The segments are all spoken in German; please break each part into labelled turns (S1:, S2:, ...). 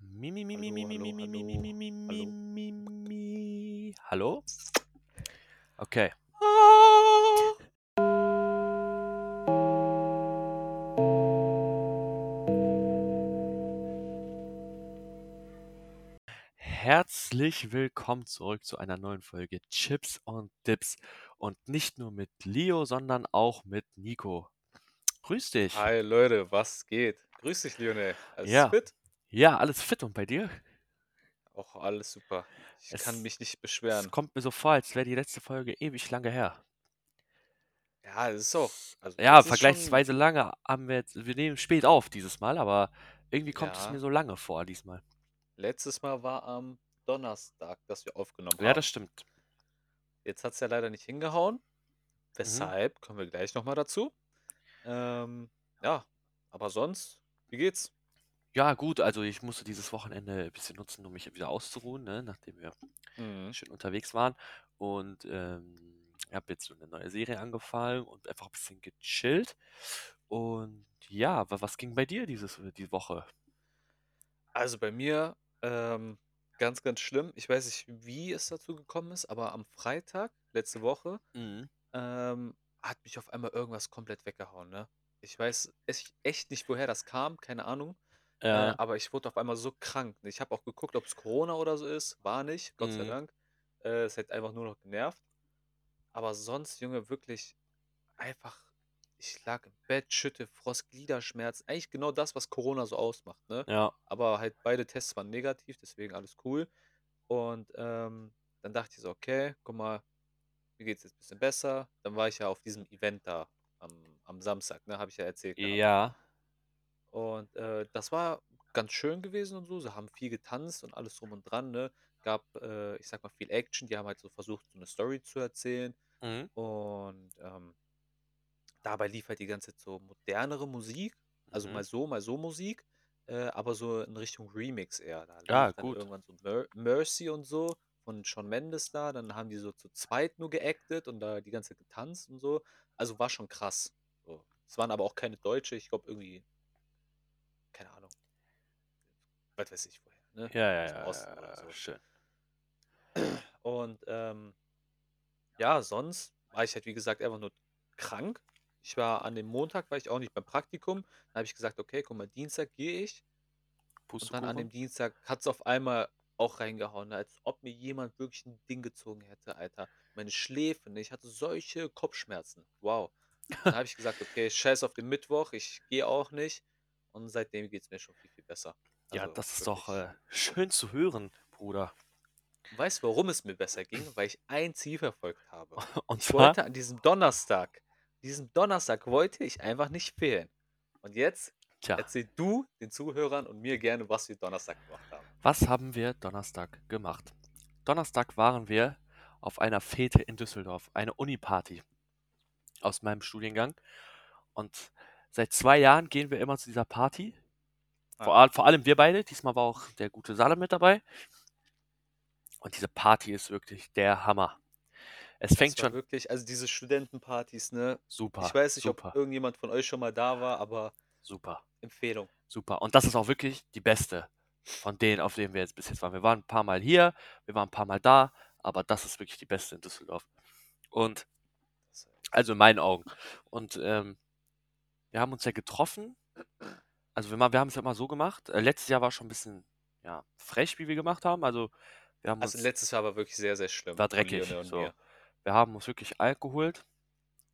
S1: Mi, mi, mi, mi, mi, mi, mi, mi,
S2: Hallo, hallo,
S1: mi, mi, mi, mi, mi,
S2: hallo,
S1: mi, mi. Hallo? Okay. Ah. Herzlich willkommen zurück zu einer neuen Folge Chips und Dips. Und nicht nur mit Leo, sondern auch mit Nico. Grüß dich.
S2: Hi Leute, was geht? Grüß dich, Lionel. Alles
S1: Ja,
S2: fit?
S1: ja, alles fit und bei dir?
S2: Auch alles super. Ich kann
S1: Es,
S2: mich nicht
S1: es
S2: beschweren.
S1: kommt mir so vor, als wäre die letzte Folge ewig lange her.
S2: Ja, es ist auch. Also,
S1: Ja,
S2: es ist schon.
S1: vergleichsweise lange haben wir jetzt, wir nehmen spät auf dieses Mal, aber irgendwie kommt es mir
S2: Ja,
S1: so lange vor diesmal.
S2: letztes Mal war am Donnerstag, dass wir aufgenommen
S1: Ja, das
S2: haben.
S1: stimmt.
S2: Jetzt hat es ja leider nicht hingehauen.
S1: Mhm.
S2: Weshalb kommen wir gleich nochmal dazu. Ähm, ja, aber sonst, wie geht's?
S1: Ja, gut, also ich musste dieses Wochenende ein bisschen nutzen, um mich wieder auszuruhen, ne, nachdem wir
S2: Mhm.
S1: schön unterwegs waren. Und ähm, ich habe jetzt so eine neue Serie angefangen und einfach ein bisschen gechillt. Und ja, wa- was ging bei dir dieses, äh, die Woche?
S2: Also bei mir, ähm, ganz, ganz schlimm. Ich weiß nicht, wie es dazu gekommen ist, aber am Freitag, letzte Woche,
S1: Mhm.
S2: ähm, hat mich auf einmal irgendwas komplett weggehauen, ne? Ich weiß echt, echt nicht, woher das kam, keine Ahnung. Äh,
S1: Ja.
S2: aber ich wurde auf einmal so krank. ne? Ich habe auch geguckt, ob es Corona oder so ist. War nicht, Gott sei
S1: Mhm.
S2: Dank. Äh, es hätte einfach nur noch genervt. Aber sonst, Junge, wirklich einfach. Ich lag im Bett, Schütte, Frost, Gliederschmerz. Eigentlich genau das, was Corona so ausmacht, ne?
S1: Ja.
S2: Aber halt beide Tests waren negativ, deswegen alles cool. Und ähm, dann dachte ich so, okay, guck mal, mir geht's jetzt ein bisschen besser. Dann war ich ja auf diesem Event da am, am Samstag, ne, habe ich ja
S1: genau.
S2: erzählt gehabt.
S1: Ja.
S2: Und äh, das war ganz schön gewesen und so. Sie haben viel getanzt und alles drum und dran, ne? Gab, äh, ich sag mal, viel Action. Die haben halt so versucht, so eine Story zu erzählen.
S1: Mhm.
S2: Und ähm, dabei lief halt die ganze Zeit so modernere Musik. Also mal
S1: Mhm.
S2: so, mal so Musik. Äh, aber so in Richtung Remix eher. Da
S1: Ja,
S2: lief dann
S1: Ah, gut.
S2: irgendwann so Mer Mercy und so von Shawn Mendes da. Dann haben die so zu zweit nur geactet und da die ganze Zeit getanzt und so. Also war schon krass. So. Es waren aber auch keine Deutsche. Ich glaube irgendwie, keine Ahnung, was weiß ich woher, ne?
S1: Ja, ja,
S2: Aus dem
S1: ja,
S2: Osten oder
S1: ja, ja,
S2: so.
S1: schön.
S2: Und ähm, ja, sonst war ich halt, wie gesagt, einfach nur krank. Ich war an dem Montag, war ich auch nicht beim Praktikum. Dann habe ich gesagt, okay, guck mal, Dienstag gehe ich. Und dann an
S1: Pustekuchen?
S2: dem Dienstag hat es auf einmal auch reingehauen, ne, als ob mir jemand wirklich ein Ding gezogen hätte, Alter. Meine Schläfen, ne, ich hatte solche Kopfschmerzen. Wow. Dann habe ich gesagt, okay, scheiß auf den Mittwoch, ich gehe auch nicht. Und seitdem geht es mir schon viel, viel besser.
S1: Ja,
S2: Also
S1: das ist doch
S2: wirklich.
S1: äh, schön zu hören, Bruder.
S2: Weißt du, warum es mir besser ging? Weil ich ein Ziel verfolgt habe.
S1: Und
S2: Ich
S1: zwar,
S2: wollte an diesem Donnerstag, diesen Donnerstag wollte ich einfach nicht fehlen. Und jetzt
S1: tja,
S2: erzähl du den Zuhörern und mir gerne, was wir Donnerstag gemacht haben.
S1: was haben wir Donnerstag gemacht? Donnerstag waren wir auf einer Fete in Düsseldorf, eine Uni-Party aus meinem Studiengang. Und seit zwei Jahren gehen wir immer zu dieser Party.
S2: Ah.
S1: Vor, all- vor allem wir beide. Diesmal war auch der gute Salem mit dabei. Und diese Party ist wirklich der Hammer. Es
S2: Das
S1: fängt
S2: war
S1: schon
S2: wirklich, also diese Studentenpartys, ne? Ich
S1: super,
S2: weiß nicht, ob
S1: super,
S2: irgendjemand von euch schon mal da war, aber
S1: super.
S2: Empfehlung.
S1: Super. Und das ist auch wirklich die beste von denen, auf denen wir jetzt bis jetzt waren. Wir waren ein paar Mal hier, wir waren ein paar Mal da, aber das ist wirklich die beste in Düsseldorf. Und
S2: Das war echt
S1: also in meinen Augen. Und ähm, wir haben uns ja getroffen. Also wir, ma- wir haben es ja immer so gemacht. Äh, letztes Jahr war schon ein bisschen ja, frech, wie wir gemacht haben. Also wir haben
S2: Also
S1: uns,
S2: letztes Jahr war wirklich sehr, sehr schlimm
S1: war
S2: von
S1: dreckig.
S2: Lionel und
S1: So,
S2: mir.
S1: wir haben uns wirklich Alk geholt.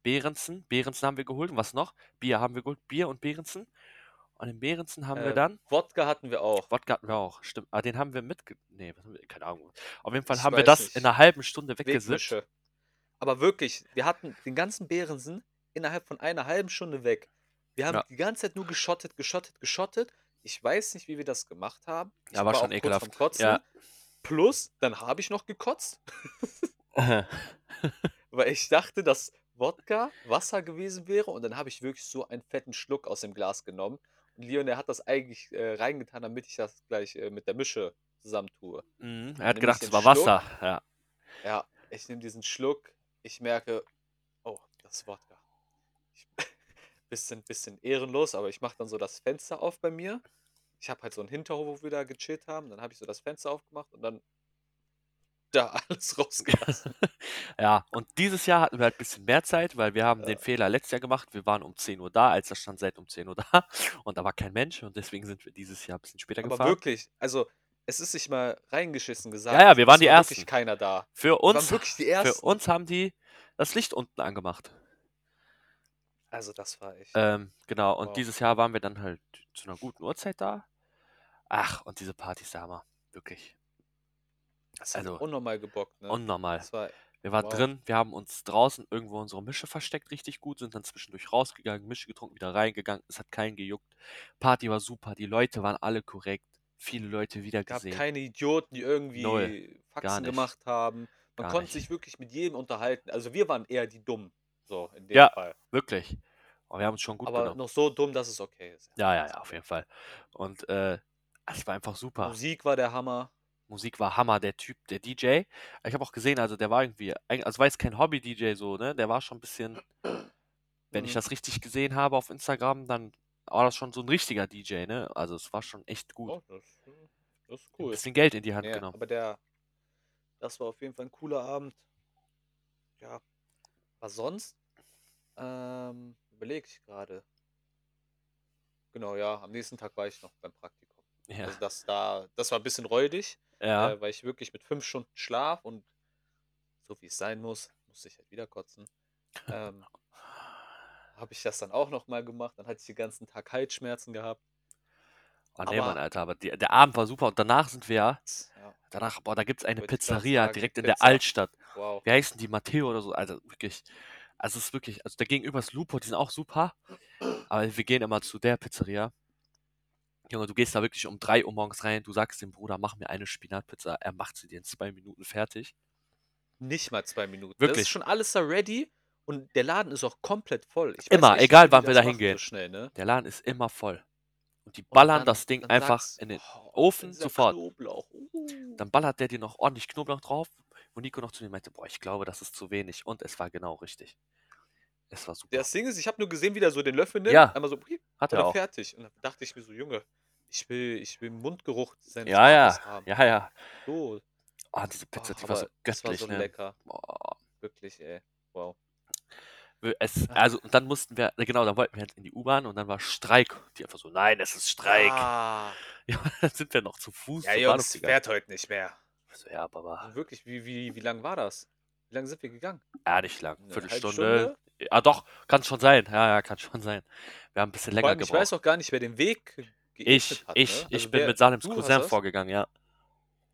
S1: Behrensen, Behrensen haben wir geholt. Und was noch? Bier haben wir geholt. Bier und Behrensen. Und in Behrensen haben wir
S2: Äh,
S1: dann
S2: Wodka hatten wir auch.
S1: Wodka hatten wir auch, stimmt. Aber den haben wir mitge... Nee, was haben wir? keine Ahnung. Auf jeden Fall
S2: Ich
S1: haben wir
S2: weiß
S1: das in
S2: nicht.
S1: einer halben Stunde weggesippt.
S2: Wegwische. Aber wirklich, wir hatten den ganzen Behrensen innerhalb von einer halben Stunde weg. Wir haben
S1: Ja.
S2: die ganze Zeit nur geschottet, geschottet, geschottet. Ich weiß nicht, wie wir das gemacht haben.
S1: Ja,
S2: Ich
S1: war
S2: war
S1: schon
S2: auch kurz vorm
S1: ekelhaft. Ja.
S2: Kotzen. Plus, dann habe ich noch gekotzt, weil ich dachte, dass Wodka Wasser gewesen wäre. Und dann habe ich wirklich so einen fetten Schluck aus dem Glas genommen. Und Lionel hat das eigentlich äh, reingetan, damit ich das gleich äh, mit der Mische zusammentue.
S1: mhm. Er
S2: Dann
S1: hat
S2: nehme ich
S1: gedacht,
S2: den
S1: es war
S2: Schluck.
S1: Wasser. Ja.
S2: Ja, ich nehme diesen Schluck. Ich merke, oh, das ist Wodka. Ich, bisschen, bisschen ehrenlos, aber ich mache dann so das Fenster auf bei mir ich habe halt so einen Hinterhof, wo wir da gechillt haben. Dann habe ich so das Fenster aufgemacht und dann da alles rausgelassen.
S1: Ja, und dieses Jahr hatten wir halt ein bisschen mehr Zeit, weil wir haben den Fehler letztes Jahr gemacht. Wir waren um 10 Uhr da, als das stand seit um 10 Uhr da. Und da war kein Mensch und deswegen sind wir dieses Jahr ein bisschen später
S2: Aber
S1: gefahren.
S2: wirklich, also es ist nicht mal reingeschissen gesagt.
S1: Ja, ja, wir waren
S2: es
S1: die
S2: war wirklich
S1: Ersten.
S2: keiner da.
S1: Für
S2: Wir
S1: uns,
S2: waren wirklich die
S1: für
S2: Ersten.
S1: uns haben die das Licht unten angemacht.
S2: Also das war echt.
S1: Ähm, genau, und
S2: Wow.
S1: dieses Jahr waren wir dann halt zu einer guten Uhrzeit da. Ach, und diese Partys der Hammer. Wirklich.
S2: das hat
S1: also-
S2: unnormal gebockt, ne?
S1: Unnormal.
S2: Das war
S1: Wir waren
S2: Wow.
S1: drin, wir haben uns draußen irgendwo unsere Mische versteckt, richtig gut, sind dann zwischendurch rausgegangen, Mische getrunken, wieder reingegangen, es hat keinen gejuckt. Party war super, die Leute waren alle korrekt, viele Leute wieder
S2: gab
S1: gesehen.
S2: keine Idioten, die irgendwie
S1: Null.
S2: Faxen
S1: nicht.
S2: gemacht haben. Man
S1: Gar
S2: konnte
S1: nicht.
S2: sich wirklich mit jedem unterhalten. Also wir waren eher die dummen, so in dem
S1: Ja,
S2: Fall.
S1: Wirklich. Und wir haben uns schon gut
S2: Aber
S1: genommen.
S2: noch so dumm, dass es okay ist.
S1: Ja, ja, ja, auf jeden Fall. Und äh, es war einfach super.
S2: Musik war der Hammer.
S1: Musik war Hammer, der Typ, der DJ. Ich habe auch gesehen, also der war irgendwie, eig- also war jetzt kein Hobby-DJ so, ne? Der war schon ein bisschen, wenn ich
S2: Mhm.
S1: das richtig gesehen habe auf Instagram, dann war das schon so ein richtiger DJ, ne? Also es war schon echt gut.
S2: Oh, das, das ist
S1: Ein
S2: cool.
S1: bisschen Geld in die Hand
S2: Ja,
S1: genommen.
S2: aber der, das war auf jeden Fall ein cooler Abend. Ja. Was sonst? Ähm, überlege ich gerade. Genau, ja. Am nächsten Tag war ich noch beim Praktikum.
S1: Ja,
S2: Also das da, das war ein bisschen räudig.
S1: ja.
S2: äh, weil ich wirklich mit fünf Stunden Schlaf und so wie es sein muss, musste ich halt wieder kotzen. Ähm, habe ich das dann auch nochmal gemacht. Dann hatte ich den ganzen Tag Halsschmerzen gehabt.
S1: Oh nee,
S2: aber-
S1: Mann, Alter, aber die, der Abend war super und danach sind wir ja,
S2: Ja,
S1: danach, boah, da gibt's eine
S2: Wollte ich grad
S1: Pizzeria
S2: sagen,
S1: direkt in der
S2: Pizza.
S1: Altstadt.
S2: wow.
S1: Wie heißen die? Matteo oder so? Also wirklich, also es ist wirklich, also der gegenüber ist Lupo, die sind auch super, aber wir gehen immer zu der Pizzeria. Junge, du gehst da wirklich um 3 Uhr morgens rein, du sagst dem Bruder, mach mir eine Spinatpizza, er macht sie dir in zwei Minuten fertig.
S2: Nicht mal zwei Minuten. Das
S1: Wirklich.
S2: ist schon alles da ready und der Laden ist auch komplett voll. Ich
S1: Immer,
S2: echt nicht,
S1: egal,
S2: wie die
S1: wann wir
S2: das
S1: da
S2: machen
S1: hingehen.
S2: So schnell, ne?
S1: Der Laden ist immer voll. Und die
S2: Und
S1: ballern
S2: dann-
S1: das Ding
S2: dann
S1: einfach
S2: sagst-
S1: in den.
S2: oh,
S1: Ofen
S2: dieser
S1: sofort.
S2: Knoblauch. Uh.
S1: Dann ballert der dir noch ordentlich Knoblauch drauf, wo Nico noch zu mir meinte, boah, ich glaube, das ist zu wenig. Und es war genau richtig. Es war super.
S2: Das Ding ist, ich habe nur gesehen, wie der so den Löffel nimmt.
S1: Ja.
S2: Einmal so, piep,
S1: Hat
S2: oder
S1: er auch.
S2: fertig. Und dann dachte ich mir so, Junge, ich will, ich will Mundgeruch seines
S1: Ja, ja,
S2: Vaters haben.
S1: ja, ja.
S2: So.
S1: Ah, diese Pizza,
S2: Ach,
S1: die war so
S2: aber das war
S1: göttlich,
S2: so
S1: ne?
S2: lecker.
S1: Boah.
S2: Wirklich, ey. Wow.
S1: Wir- Es, also, und dann mussten wir, genau, dann wollten wir halt in die U-Bahn und dann war Streik. Die einfach so, nein, es ist Streik.
S2: Ah,
S1: Ja, dann sind wir noch zu Fuß.
S2: ja,
S1: zur
S2: Jungs,
S1: Bahnhof gegangen.
S2: fährt heute nicht mehr.
S1: So, ja, Baba.
S2: Also wirklich, wie, wie, wie lang war das? Wie lange sind wir gegangen?
S1: Ja, nicht lang.
S2: Eine halbe
S1: Viertelstunde. Ah, doch, kann schon sein. Ja, ja, kann schon sein. Wir haben ein bisschen
S2: Vor
S1: länger
S2: allem, ich weiß
S1: gebraucht.
S2: auch gar nicht, wer den Weg geebnet
S1: Ich,
S2: hat.
S1: ich,
S2: ne?
S1: ich
S2: Also
S1: bin
S2: wer-
S1: mit Salims
S2: du hast
S1: Cousin
S2: das?
S1: vorgegangen, ja.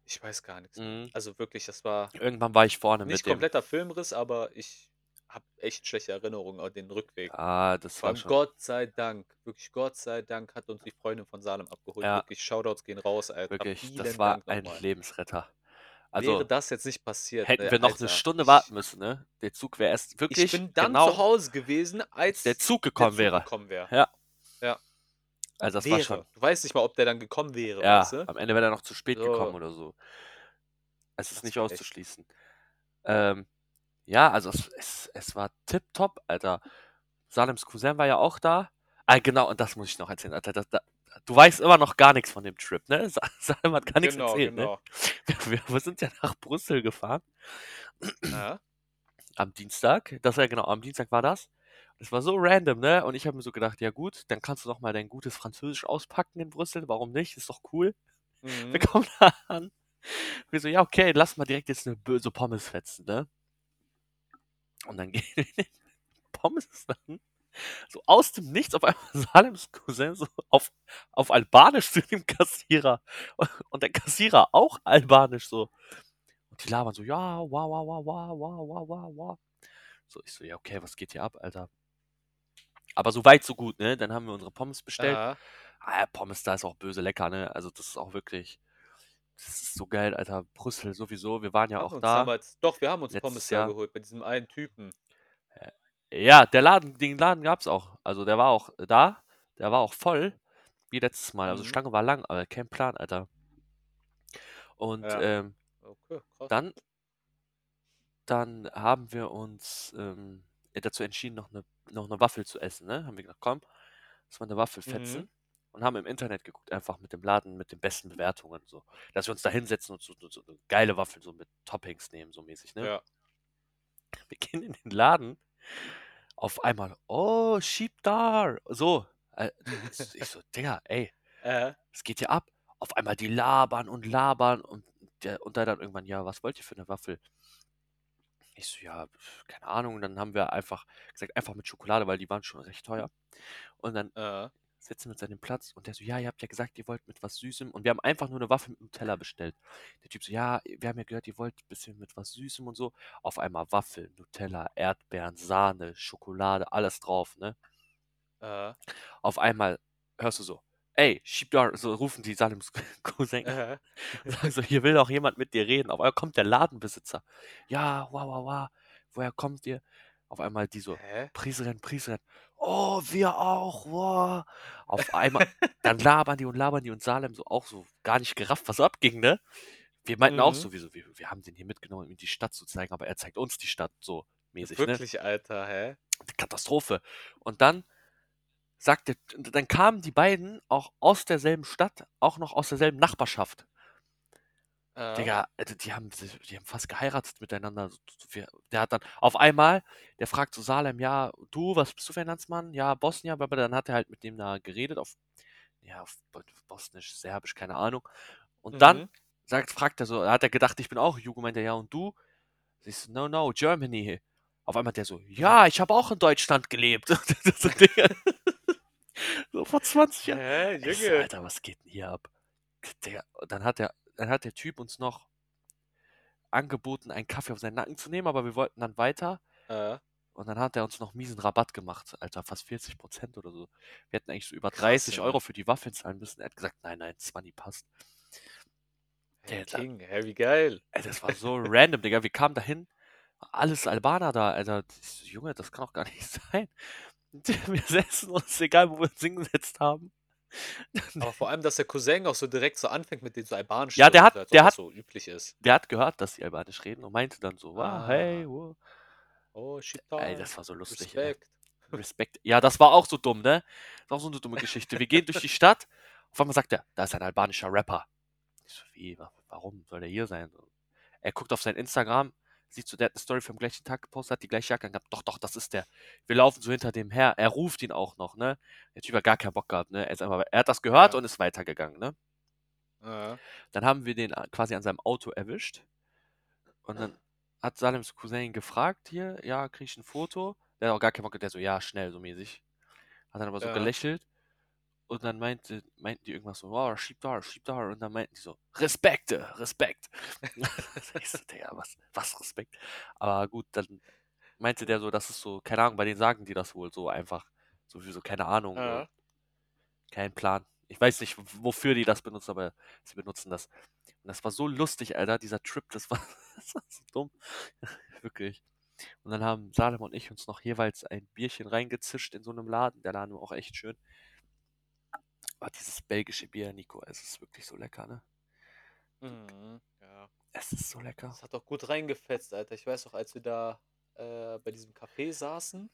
S2: Ich weiß gar nichts.
S1: Mhm.
S2: Also wirklich, das war
S1: Irgendwann war ich vorne
S2: nicht
S1: mit dem.
S2: kompletter Filmriss, aber ich habe echt schlechte Erinnerungen an den Rückweg.
S1: Ah, das
S2: Vor
S1: war
S2: allem
S1: schon.
S2: Gott sei Dank, wirklich Gott sei Dank hat uns die Freundin von Salem abgeholt.
S1: Ja.
S2: Wirklich, Shoutouts gehen raus, Alter.
S1: Wirklich,
S2: Vielen
S1: das war
S2: Dank
S1: ein
S2: nochmal.
S1: Lebensretter.
S2: Wäre
S1: Also,
S2: das jetzt nicht passiert.
S1: hätten
S2: ne,
S1: wir noch
S2: Alter,
S1: eine Stunde
S2: ich,
S1: warten müssen, ne? Der Zug wäre erst
S2: Ich
S1: wirklich
S2: bin dann zu
S1: genau,
S2: Hause gewesen, als
S1: als der Zug
S2: der
S1: gekommen
S2: Zug
S1: wäre.
S2: gekommen wäre.
S1: Also, das
S2: wäre.
S1: war schon.
S2: Du weißt nicht mal, ob der dann gekommen wäre,
S1: Ja,
S2: weißt du?
S1: am Ende wäre er noch zu spät
S2: So.
S1: gekommen oder so. Es ist
S2: Das
S1: nicht
S2: war echt-
S1: auszuschließen. Ähm, ja, also es, es, es war tipptopp, Alter. Salems Cousin war ja auch da. Ah, genau, und das muss ich noch erzählen, Alter. Das, da, du weißt immer noch gar nichts von dem Trip, ne? Sa- Salem hat gar nichts
S2: Genau,
S1: erzählt,
S2: genau.
S1: ne? Wir, wir sind ja nach Brüssel gefahren
S2: Ja.
S1: am Dienstag. Das war ja genau, am Dienstag war das. Das war so random, ne? Und ich habe mir so gedacht, ja gut, dann kannst du doch mal dein gutes Französisch auspacken in Brüssel. Warum nicht? Ist doch cool. Wir
S2: Mhm.
S1: kommen da an. Wir so, ja, okay, lass mal direkt jetzt eine böse Pommes fetzen, ne? Und dann gehen wir in den Pommes dann so aus dem Nichts auf einmal Salems Cousin so auf, auf Albanisch zu dem Kassierer. Und der Kassierer auch Albanisch so. Und die labern so, ja, wow, wow, wow, wow, wow, wow, wow, wow. So, ich so, ja, okay, was geht hier ab, Alter? Aber so weit, so gut, ne? Dann haben wir unsere Pommes bestellt.
S2: Ja.
S1: Ah, ja, Pommes da ist auch böse lecker, ne? Also, das ist auch wirklich. Das ist so geil, Alter. Brüssel sowieso. Wir waren ja
S2: Haben wir
S1: auch
S2: uns
S1: da.
S2: damals, doch, wir haben uns
S1: letztes
S2: Pommes da
S1: Jahr.
S2: geholt bei diesem einen Typen.
S1: Ja, der Laden, den Laden gab's auch. Also der war auch da, der war auch voll, wie letztes Mal. Also
S2: Mhm.
S1: Schlange war lang, aber kein Plan, Alter. Und
S2: Ja.
S1: ähm,
S2: Okay, krass.
S1: dann, dann haben wir uns ähm, 'ne dazu entschieden, noch eine, noch eine Waffel zu essen, ne? Haben wir gedacht, komm, lass mal eine Waffel
S2: Mhm.
S1: fetzen. und haben im Internet geguckt, einfach mit dem Laden mit den besten Bewertungen. so. Dass wir uns da hinsetzen und so, so, so geile Waffeln so mit Toppings nehmen, so mäßig. Ne?
S2: Ja.
S1: Wir gehen in den Laden. Auf einmal, oh, Sheepdar. So. Äh, Ich so, Digga, ey,
S2: Äh,
S1: es geht hier ab. Auf einmal die labern und labern und der und der dann irgendwann, ja, was wollt ihr für eine Waffel? Ich so, ja, pf, keine Ahnung. Und dann haben wir einfach gesagt, einfach mit Schokolade, weil die waren schon recht teuer. Und dann
S2: äh.
S1: setzen wir uns an den Platz und der so, ja, ihr habt ja gesagt, ihr wollt mit was Süßem. Und wir haben einfach nur eine Waffe mit einem Teller bestellt. Der Typ so, ja, wir haben ja gehört, ihr wollt ein bisschen mit was Süßem und so. Auf einmal Waffel, Nutella, Erdbeeren, Sahne, Schokolade, alles drauf, ne?
S2: Äh,
S1: Auf einmal hörst du so, ey, Sheepdog, so rufen die Salims Cousin
S2: äh,
S1: Sagen so, hier will doch jemand mit dir reden. Auf einmal kommt der Ladenbesitzer. Ja, wow, wow, wow. Woher kommt ihr? Auf einmal die so,
S2: hä?
S1: Priesterin, Priesterin. Oh, wir auch, wow. Auf einmal, dann labern die und labern die und Salem so auch so gar nicht gerafft, was abging, ne? Wir meinten auch
S2: Mhm.
S1: sowieso, wir, wir haben den hier mitgenommen, um ihm die Stadt zu zeigen, aber er zeigt uns die Stadt so mäßig, ne?
S2: Wirklich, Alter, hä?
S1: Katastrophe. Und dann sagte, dann kamen die beiden auch aus derselben Stadt, auch noch aus derselben Nachbarschaft.
S2: Äh,
S1: Digga, also die haben, sich- die haben fast geheiratet miteinander. So, so viel- Der hat dann auf einmal, der fragt so Salem, ja, du, was bist du für ein Landsmann? Ja, Bosnier, aber dann hat er halt mit dem da geredet auf, ja, auf Bo- Bosnisch, Serbisch, keine Ahnung. Und dann
S2: mhm.
S1: sagt, fragt er so, hat er gedacht, ich bin auch Jugo, meint er, ja, und du? Ich so, no, no, Germany. Auf einmal der so, ja, ich habe auch in Deutschland gelebt. so, Digga. so vor 20 Jahren.
S2: Hä,
S1: Ich so,
S2: Junge?
S1: Alter, was geht denn hier ab? Der, dann, hat der, dann hat der Typ uns noch angeboten, einen Kaffee auf seinen Nacken zu nehmen, aber wir wollten dann weiter.
S2: Äh,
S1: Und dann hat er uns noch miesen Rabatt gemacht, Alter, fast 40 Prozent oder so. Wir hätten eigentlich so über
S2: Krass,
S1: 30
S2: Junge.
S1: Euro für die Waffeln zahlen müssen. Er hat gesagt, nein, nein, 20 passt.
S2: hey,
S1: Alter.
S2: King, hä, wie geil.
S1: Ey, das war so random, Digga. Wir kamen dahin, alles Albaner da, Alter. Ich so, Junge, das kann doch gar nicht sein. Wir setzen uns, egal wo wir uns hingesetzt haben.
S2: Aber vor allem, dass der Cousin auch so direkt so anfängt, mit dem so albanisch
S1: Ja,
S2: zu
S1: der
S2: reden,
S1: hat-
S2: so als ob
S1: der
S2: das
S1: hat-
S2: so üblich ist.
S1: Der hat gehört, dass die Albanisch reden und meinte dann so, wow, hey,
S2: Ah.
S1: wow.
S2: Oh, shit,
S1: Ey, das war so lustig, ey.
S2: Respekt.
S1: Respekt. Ja, das war auch so dumm, ne? Das war auch so eine dumme Geschichte. Wir gehen durch die Stadt. Auf einmal sagt er, da ist ein albanischer Rapper. Ich so, wie, wa- warum soll der hier sein? Er guckt auf sein Instagram, sieht so, der hat eine Story vom gleichen Tag gepostet, hat die gleiche Jacke angehabt. Doch, doch, das ist der. Wir laufen so hinter dem her. Er ruft ihn auch noch, ne? Der Typ hat gar keinen Bock gehabt, ne? Er, ist einfach, er hat das gehört
S2: Ja.
S1: und ist weitergegangen, ne?
S2: Äh,
S1: Dann haben wir den a- quasi an seinem Auto erwischt. Und dann hat Salems Cousin ihn gefragt hier, ja, krieg ich ein Foto? Der hat auch gar keinen Bock, der so, ja, schnell, so mäßig. Hat dann aber so
S2: Ja.
S1: gelächelt. Und dann meinte, meinten die irgendwas so, wow, schieb da, schieb da. Und dann meinten die so, Respekte, Respekt. ich so, Digga, was, was Respekt? Aber gut, dann meinte der so, das ist so, keine Ahnung, bei denen sagen die das wohl so einfach. So wie so, keine Ahnung,
S2: äh.
S1: so, kein Plan. Ich weiß nicht, w- wofür die das benutzen, aber sie benutzen das. Und das war so lustig, Alter, dieser Trip, das war, das war so dumm. Wirklich. Und dann haben Salem und ich uns noch jeweils ein Bierchen reingezischt in so einem Laden. Der Laden war auch echt schön. Aber dieses belgische Bier, Nico, es ist wirklich so lecker, ne?
S2: Mhm. Ja.
S1: Es ist so lecker.
S2: Das hat doch gut reingefetzt, Alter. Ich weiß noch, als wir da äh, bei diesem Café saßen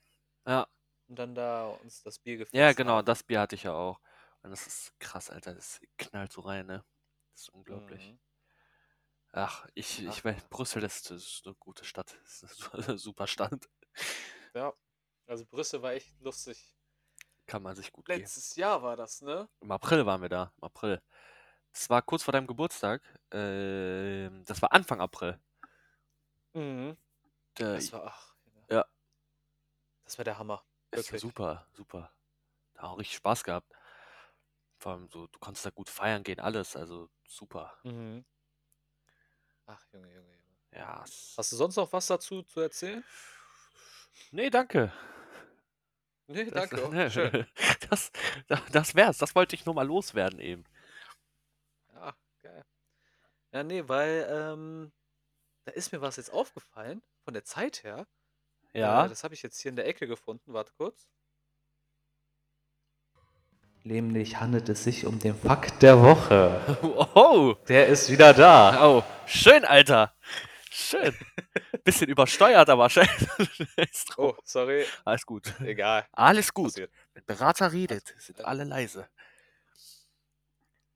S1: Ja,
S2: und dann da uns das Bier gefetzt
S1: ja, genau,
S2: haben.
S1: das Bier hatte ich ja auch. Und das ist krass, Alter, das knallt so rein, ne? Das ist unglaublich.
S2: Mhm.
S1: Ach, ich, ich
S2: Ach,
S1: weiß,
S2: ja.
S1: Brüssel ist, ist eine gute Stadt. Das ist eine super Stadt.
S2: Ja. Also Brüssel war echt lustig.
S1: Kann man sich gut geben.
S2: Letztes Jahr war das, ne?
S1: Im April waren wir da. Im April. Das war kurz vor deinem Geburtstag. Ähm, das war Anfang April.
S2: Mhm.
S1: Äh,
S2: Das war, ach, Junge.
S1: Ja.
S2: Das war der Hammer.
S1: ist ja
S2: Wirklich.
S1: super, super. Da auch richtig Spaß gehabt. Vor allem so, du konntest da gut feiern gehen, alles. Also super.
S2: Mhm. Ach, Junge, Junge, Junge.
S1: Ja. es-
S2: Hast du sonst noch was dazu zu erzählen?
S1: Nee, danke.
S2: Nee,
S1: Das,
S2: danke. Oh,
S1: ne,
S2: schön.
S1: das, da- das wär's. Das wollte ich nur mal loswerden eben.
S2: Ja, geil. Ja, nee, weil ähm, da ist mir was jetzt aufgefallen, von der Zeit her. Äh,
S1: Ja.
S2: das habe ich jetzt hier in der Ecke gefunden. Warte kurz. Nämlich handelt es sich um den Fakt der Woche.
S1: Oh,
S2: Der ist wieder da.
S1: oh. Schön, Alter. Schön. Bisschen übersteuert, aber scheiß
S2: Oh,
S1: drauf.
S2: sorry.
S1: Alles gut.
S2: Egal.
S1: Alles gut.
S2: Passiert.
S1: Wenn Berater redet, sind
S2: äh,
S1: alle leise.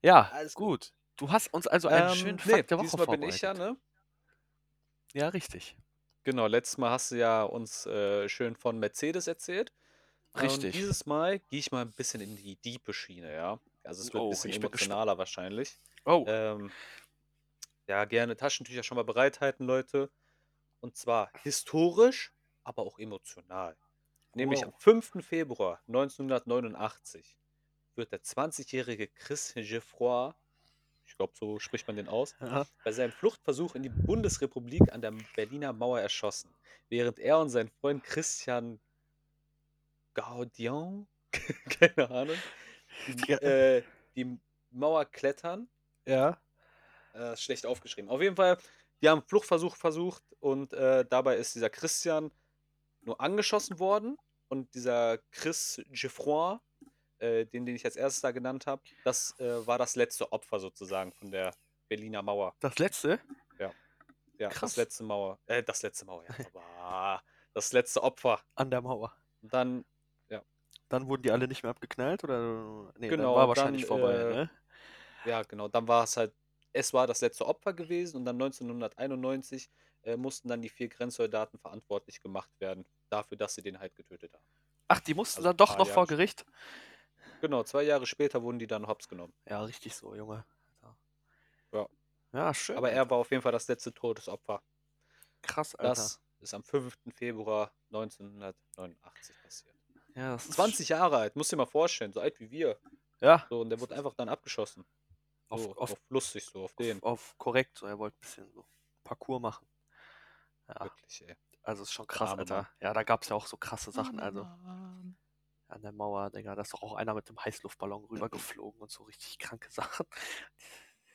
S1: Ja,
S2: Alles gut.
S1: gut. Du hast uns also einen
S2: Ähm,
S1: schönen
S2: nee,
S1: Fakt der Woche
S2: diesmal bin
S1: vorbereitet.
S2: ich ja, ne?
S1: Ja, richtig.
S2: Genau, letztes Mal hast du ja uns äh, schön von Mercedes erzählt. Äh, Und
S1: Richtig.
S2: dieses Mal gehe ich mal ein bisschen in die diepe Schiene, ja. Also es wird ein
S1: Oh,
S2: bisschen
S1: ich bin gespannt.
S2: emotionaler wahrscheinlich.
S1: Oh,
S2: Ähm, ja, gerne Taschentücher schon mal bereithalten, Leute. Und zwar historisch, aber auch emotional. Nämlich am
S1: wow.
S2: 5. Februar 1989 wird der 20-jährige Chris Geoffroy, ich glaube, so spricht man den aus,
S1: Ja.
S2: bei seinem Fluchtversuch in die Bundesrepublik an der Berliner Mauer erschossen, während er und sein Freund Christian Gaudian, keine Ahnung, die,
S1: Ja.
S2: äh, die Mauer klettern.
S1: Ja.
S2: Äh, ist schlecht aufgeschrieben. Auf jeden Fall, die haben Fluchtversuch versucht und äh, dabei ist dieser Christian nur angeschossen worden und dieser Chris Geoffroy, äh, den, den ich als erstes da genannt habe, das äh, war das letzte Opfer sozusagen von der Berliner Mauer.
S1: Das letzte?
S2: Ja, das
S1: Krass.
S2: letzte Mauer. Äh, das letzte Mauer, ja. Aber das letzte Opfer.
S1: An der Mauer.
S2: Und dann,
S1: Dann wurden die alle nicht mehr abgeknallt oder? Nee, dann
S2: genau,
S1: war
S2: und dann,
S1: wahrscheinlich vorbei,
S2: äh,
S1: ne?
S2: ja, genau, dann war es halt, es war das letzte Opfer gewesen und dann 1991 äh, mussten dann die vier Grenzsoldaten verantwortlich gemacht werden dafür, dass sie den halt getötet haben.
S1: Ach, die mussten
S2: Also
S1: dann
S2: ein
S1: doch
S2: paar
S1: noch vor
S2: Jahre später.
S1: Gericht?
S2: Genau, zwei Jahre später wurden die dann hops genommen.
S1: Ja, richtig so, Junge. Ja,
S2: Ja.
S1: Ja, schön,
S2: Aber er
S1: Alter.
S2: war auf jeden Fall das letzte Todesopfer.
S1: Krass, Alter.
S2: Das ist am 5. Februar 1989 passiert.
S1: Ja, das ist. sch-
S2: 20 Jahre alt, musst dir mal vorstellen, so alt wie wir.
S1: Ja,
S2: So, und der wurde einfach dann abgeschossen.
S1: auf,
S2: So,
S1: auf,
S2: auf lustig, so, auf
S1: auf,
S2: den.
S1: auf korrekt. So, er wollte ein bisschen so Parcours machen. Ja,
S2: Wirklich, ey.
S1: also ist schon
S2: Der
S1: krass,
S2: arme ne? Mann.
S1: Alter. Ja, da gab es ja auch so krasse Sachen,
S2: Armer
S1: also.
S2: Mann.
S1: an der Mauer, Digga. Da ist doch auch einer mit dem
S2: Äh,
S1: Heißluftballon rübergeflogen und so richtig kranke Sachen.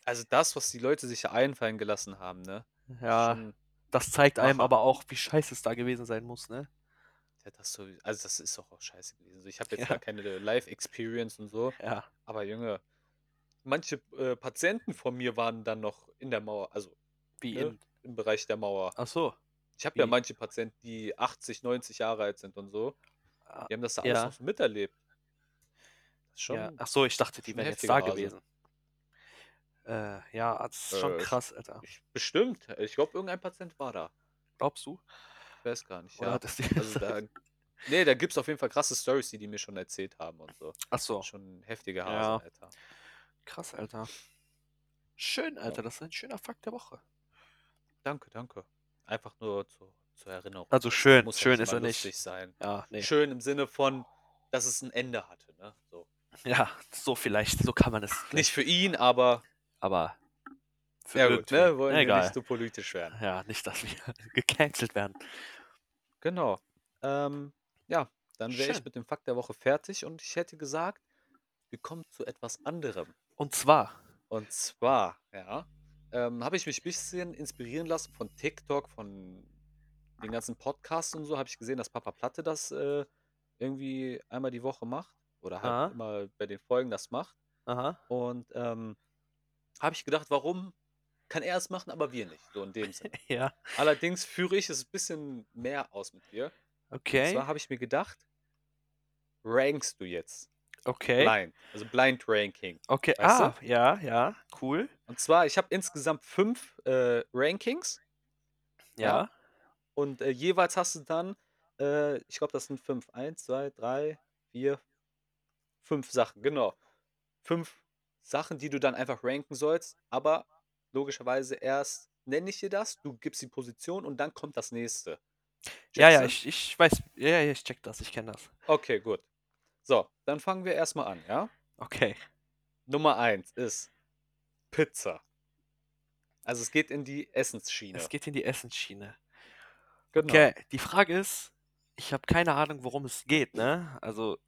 S2: Also das, was die Leute sich ja einfallen gelassen haben, ne? Ist
S1: Ja,
S2: schon
S1: das zeigt einem
S2: Macher.
S1: aber auch, wie scheiße es da gewesen sein muss, ne?
S2: Der hat das so, also das ist doch auch scheiße gewesen. So, Ich habe jetzt da
S1: Ja,
S2: keine Live-Experience und so,
S1: ja.
S2: aber Junge, manche äh, Patienten von mir waren dann noch in der Mauer, also
S1: Wie
S2: ne,
S1: in.
S2: im Bereich der Mauer.
S1: Ach so,
S2: Ich habe ja
S1: wie.
S2: manche Patienten, die 80, 90 Jahre alt sind und so,
S1: ah,
S2: die haben das da alles noch
S1: Ja,
S2: so miterlebt. Das ist
S1: ja.
S2: schon,
S1: Ach so, ich dachte, die
S2: schon ein
S1: wären jetzt
S2: heftiger
S1: da
S2: Hase.
S1: gewesen. Äh, ja, das ist schon
S2: Äh, ich,
S1: krass, Alter.
S2: ich, bestimmt. Ich glaube, irgendein Patient war da.
S1: Glaubst du?
S2: Ich weiß gar nicht,
S1: Oder
S2: ja.
S1: hattest du
S2: Also
S1: jetzt.
S2: da, nee, da gibt's auf jeden Fall krasse Stories, die die mir schon erzählt haben und so.
S1: Ach so,
S2: Schon heftige Hase,
S1: Oh. ja.
S2: Alter.
S1: Krass, Alter. Schön,
S2: Ja.
S1: Alter. Das ist ein schöner Fakt der Woche.
S2: Danke, danke. Einfach nur zu, zur Erinnerung.
S1: Also
S2: Es
S1: schön,
S2: muss ja
S1: schön
S2: nicht
S1: ist
S2: immer
S1: er nicht.
S2: lustig sein.
S1: Ja, nee.
S2: Schön im Sinne von, dass es ein Ende hatte, ne? So.
S1: Ja, so vielleicht. So kann man es vielleicht.
S2: Nicht für ihn, aber
S1: Aber für
S2: ja gut,
S1: irgendwen.
S2: ne? Wollen wir nicht
S1: Egal.
S2: so politisch werden.
S1: Ja, nicht, dass wir gecancelt werden.
S2: Genau. Ähm, ja, dann wäre ich
S1: Schön.
S2: mit dem Fakt der Woche fertig und ich hätte gesagt, wir kommen zu etwas anderem.
S1: Und zwar,
S2: Und zwar, ja, ähm, habe ich mich ein bisschen inspirieren lassen von TikTok, von den ganzen Podcasts und so. Habe ich gesehen, dass Papa Platte das äh, irgendwie einmal die Woche macht oder halt
S1: aha,
S2: immer bei den Folgen das macht.
S1: aha,
S2: Und ähm, habe ich gedacht, warum kann er es machen, aber wir nicht? So in dem Sinne.
S1: ja,
S2: Allerdings führe ich es ein bisschen mehr aus mit dir. Und
S1: okay,
S2: zwar habe ich mir gedacht, rankst du jetzt
S1: okay,
S2: blind, also blind ranking,
S1: okay,
S2: weißt du?
S1: ah, ja, ja, cool,
S2: Und zwar, ich habe insgesamt fünf äh, Rankings, ja,
S1: ja,
S2: und äh, jeweils hast du dann, äh, ich glaube, das sind fünf. Eins, zwei, drei, vier, fünf Sachen, genau. Fünf Sachen, die du dann einfach ranken sollst, aber logischerweise erst nenne ich dir das, du gibst die Position und dann kommt das nächste.
S1: ja,
S2: Checkst
S1: ja,
S2: du?
S1: ich, ich weiß, ja, ja, ich check das, ich kenne das,
S2: Okay, gut. So, dann fangen wir erstmal an, ja?
S1: okay,
S2: Nummer eins ist Pizza. Also es geht in die
S1: es
S2: Essensschiene.
S1: geht in die Essensschiene,
S2: Genau.
S1: okay, die Frage ist, ich habe keine Ahnung, worum es geht, ne, also,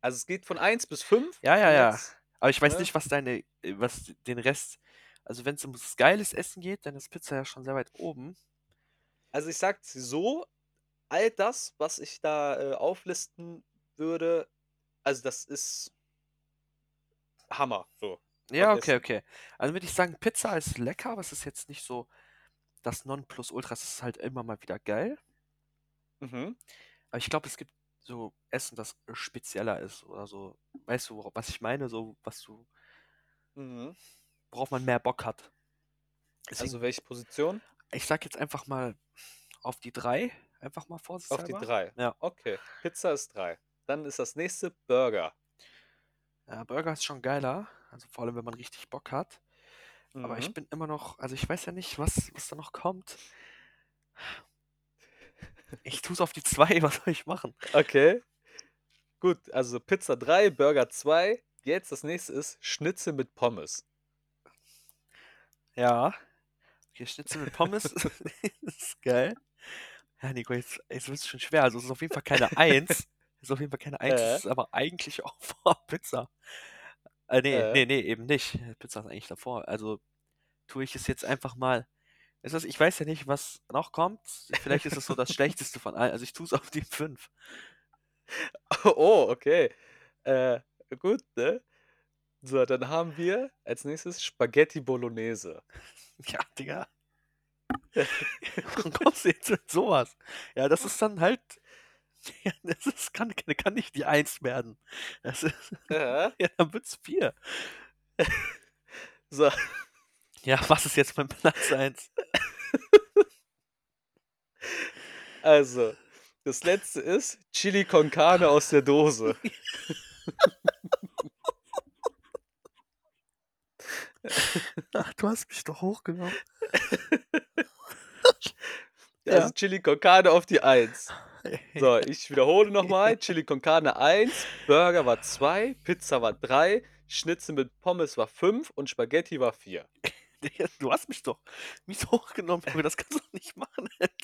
S2: Also es geht von 1 bis 5
S1: ja, ja,
S2: und
S1: ja,
S2: jetzt,
S1: aber ich weiß
S2: ne?
S1: nicht, was deine, äh, was den Rest, also wenn es ums geiles Essen geht, dann ist Pizza ja schon sehr weit oben,
S2: Also ich sag's so, all das, was ich da äh, auflisten würde, also das ist Hammer, so, von
S1: ja, okay,
S2: Essen.
S1: okay, also würde ich sagen, Pizza ist lecker, aber es ist jetzt nicht so, das Nonplusultra, es ist halt immer mal wieder geil.
S2: Mhm.
S1: Aber ich glaube, es gibt so Essen, das spezieller ist oder so. Weißt du, wora- was ich meine? So, was du.
S2: Mhm.
S1: worauf man mehr Bock hat. Deswegen,
S2: Also welche Position?
S1: ich sag jetzt einfach mal auf die drei, einfach mal
S2: Auf die
S1: vorsichtshalber.
S2: drei.
S1: Ja.
S2: Okay, Pizza ist drei. Dann ist das nächste Burger.
S1: Ja, Burger ist schon geiler, also vor allem, wenn man richtig Bock hat. Aber ich
S2: Mhm.
S1: bin immer noch, also ich weiß ja nicht, was, was da noch kommt. Ich tue es auf die zwei, was soll ich machen?
S2: Okay. Gut, also Pizza 3, Burger 2. Jetzt das nächste ist Schnitzel mit Pommes.
S1: Ja. Okay, Schnitzel mit Pommes ist geil. Ja, Nico, jetzt, jetzt wird es schon schwer. Also es ist auf jeden Fall keine Eins. Es ist auf jeden Fall keine Eins,
S2: Äh.
S1: es ist aber eigentlich auch vor Pizza. Äh, nee,
S2: Äh.
S1: nee, nee, eben nicht. Pizza ist eigentlich davor. Also tue ich es jetzt einfach mal. Es ist, ich weiß ja nicht, was noch kommt. Vielleicht ist es so das Schlechteste von allen. Also ich tue es auf die fünf.
S2: Oh, okay. Äh, gut, ne? So, dann haben wir als nächstes Spaghetti Bolognese.
S1: Ja, Digga. Warum kommst du jetzt mit sowas? Ja, das ist dann halt. Ja, das ist, kann, kann nicht die Eins werden. Das ist,
S2: Äh,
S1: ja, dann wird's vier.
S2: so,
S1: Ja, was ist jetzt mein Platz 1?
S2: also, das letzte ist Chili con Carne aus der Dose.
S1: Ach, du hast mich doch hochgenommen.
S2: Also
S1: Ja.
S2: Chili con Carne auf die 1. So, ich wiederhole nochmal. Chili con Carne 1, Burger war 2, Pizza war 3, Schnitzel mit Pommes war 5 und Spaghetti war 4.
S1: Digga, Du hast mich doch mies hochgenommen, Junge. Das kannst du doch nicht machen. Alter.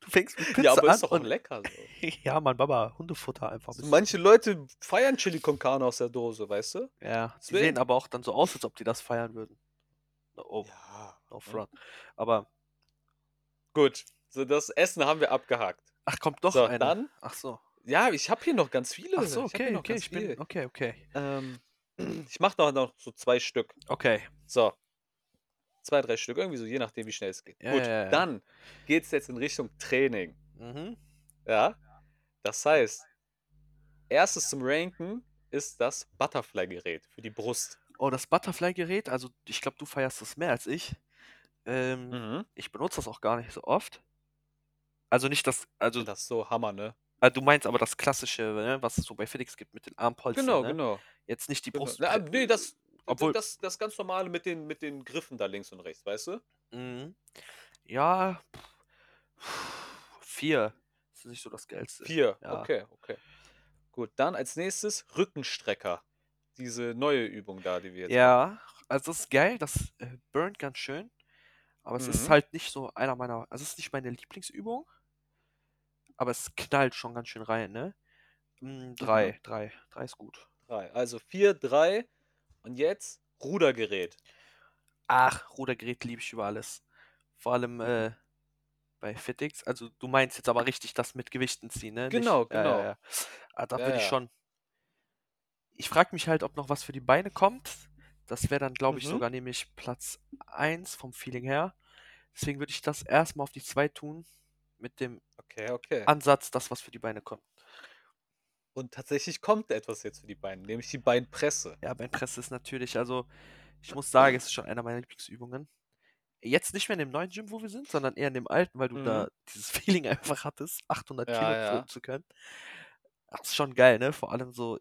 S1: Du fängst mit Pizza
S2: ja, aber
S1: an
S2: ist doch auch
S1: und...
S2: lecker so.
S1: Ja, Mann, Baba, Hundefutter einfach. ein
S2: so.
S1: bisschen.
S2: Also Manche Leute feiern Chili con Carne aus der Dose, weißt du?
S1: ja, die
S2: Deswegen.
S1: sehen aber auch dann so aus, als ob die das feiern würden. No, oh,
S2: Ja.
S1: no
S2: ne?
S1: front. Aber,
S2: Gut, so das Essen haben wir abgehakt.
S1: ach, kommt doch
S2: so,
S1: einer.
S2: dann.
S1: Ach so.
S2: Ja, ich habe hier noch ganz viele.
S1: Ach so,
S2: ich hab hier
S1: okay,
S2: noch
S1: okay,
S2: ganz
S1: ich bin...
S2: viel.
S1: Okay, okay.
S2: Ähm, ich mache noch, noch so zwei Stück.
S1: Okay.
S2: So. Zwei, drei Stück, irgendwie so, je nachdem, wie schnell es geht.
S1: Ja,
S2: Gut,
S1: ja, ja, ja.
S2: dann geht's jetzt in Richtung Training.
S1: Mhm.
S2: Ja. Das heißt, erstes zum Ranken ist das Butterfly-Gerät für die Brust.
S1: Oh, das Butterfly-Gerät, also ich glaube, du feierst das mehr als ich. Ähm,
S2: Mhm.
S1: ich benutze das auch gar nicht so oft. Also nicht das, also
S2: Das ist so Hammer, ne?
S1: äh, du meinst aber das klassische, ne, was es so bei Felix gibt mit den Armpolstern,
S2: Genau,
S1: ne?
S2: genau.
S1: Jetzt nicht die
S2: genau.
S1: Brust. äh,
S2: Na, ah, nee, das,
S1: Obwohl,
S2: das, das ganz normale mit den, mit den Griffen da links und rechts, weißt du?
S1: mh, mhm. ja, pff, vier. Das ist nicht so das Geilste.
S2: Vier.
S1: Ja.
S2: Okay, okay. Gut, dann als nächstes Rückenstrecker. Diese neue Übung da, die wir jetzt machen.
S1: Ja, also das ist geil, das äh, burnt ganz schön. Aber es ist
S2: Mhm.
S1: halt nicht so einer meiner, also es ist nicht meine Lieblingsübung, aber es knallt schon ganz schön rein, ne? Mm, drei, drei, drei ist gut.
S2: Drei. Also vier, drei. Und jetzt Rudergerät.
S1: Ach, Rudergerät liebe ich über alles. Vor allem
S2: Mhm.
S1: äh, bei Fitix. Also du meinst jetzt aber richtig das mit Gewichten ziehen, ne?
S2: Genau,
S1: Nicht, ja, ja,
S2: genau.
S1: ja. Ah, da
S2: Ja,
S1: würde ich
S2: ja.
S1: schon. Ich frage mich halt, ob noch was für die Beine kommt. Das wäre dann, glaube ich,
S2: Mhm.
S1: sogar nämlich Platz 1 vom Feeling her. Deswegen würde ich das erstmal auf die 2 tun. Mit dem
S2: Okay, okay.
S1: Ansatz, dass was für die Beine kommt.
S2: Und tatsächlich kommt etwas jetzt für die Beine, nämlich die Beinpresse.
S1: Ja, Beinpresse ist natürlich, also ich muss sagen, es ist schon einer meiner Lieblingsübungen. Jetzt nicht mehr in dem neuen Gym, wo wir sind, sondern eher in dem alten, weil du da
S2: Mhm.
S1: dieses Feeling einfach hattest, 800 Kilo
S2: Ja,
S1: drücken
S2: ja.
S1: zu können. Das ist schon geil, ne? Vor allem so,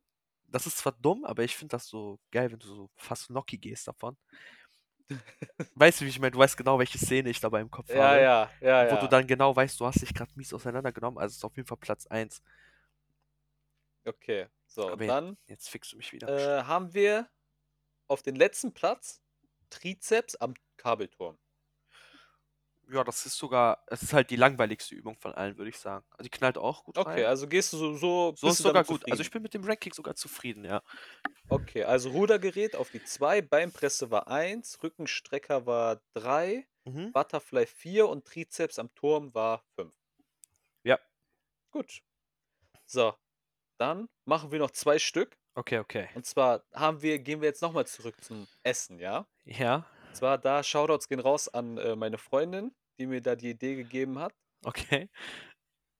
S1: das ist zwar dumm, aber ich finde das so geil, wenn du so fast Noki gehst davon. Weißt du, wie ich meine? Du weißt genau, welche Szene ich dabei im Kopf
S2: Ja,
S1: habe.
S2: ja, ja,
S1: Wo du
S2: ja.
S1: dann genau weißt, du hast dich gerade mies auseinandergenommen. Also ist auf jeden Fall Platz 1.
S2: Okay. So,
S1: Aber
S2: und
S1: jetzt,
S2: dann
S1: jetzt fickst du mich wieder.
S2: äh, haben wir auf den letzten Platz Trizeps am Kabelturm.
S1: Ja, das ist sogar, es ist halt die langweiligste Übung von allen, würde ich sagen. Also die knallt auch gut
S2: Okay,
S1: rein.
S2: also gehst du so, so
S1: So
S2: bist
S1: ist
S2: du
S1: sogar
S2: damit
S1: gut. Also
S2: zufrieden.
S1: ich bin mit dem Ranking sogar zufrieden, ja.
S2: Okay, also Rudergerät auf die 2, Beinpresse war 1, Rückenstrecker war 3,
S1: Mhm.
S2: Butterfly 4 und Trizeps am Turm war 5.
S1: Ja,
S2: Gut. So, dann machen wir noch zwei Stück.
S1: okay, okay.
S2: Und zwar haben wir, gehen wir jetzt nochmal zurück zum Essen, ja?
S1: Ja,
S2: Und zwar da, Shoutouts gehen raus an äh, meine Freundin, die mir da die Idee gegeben hat.
S1: okay.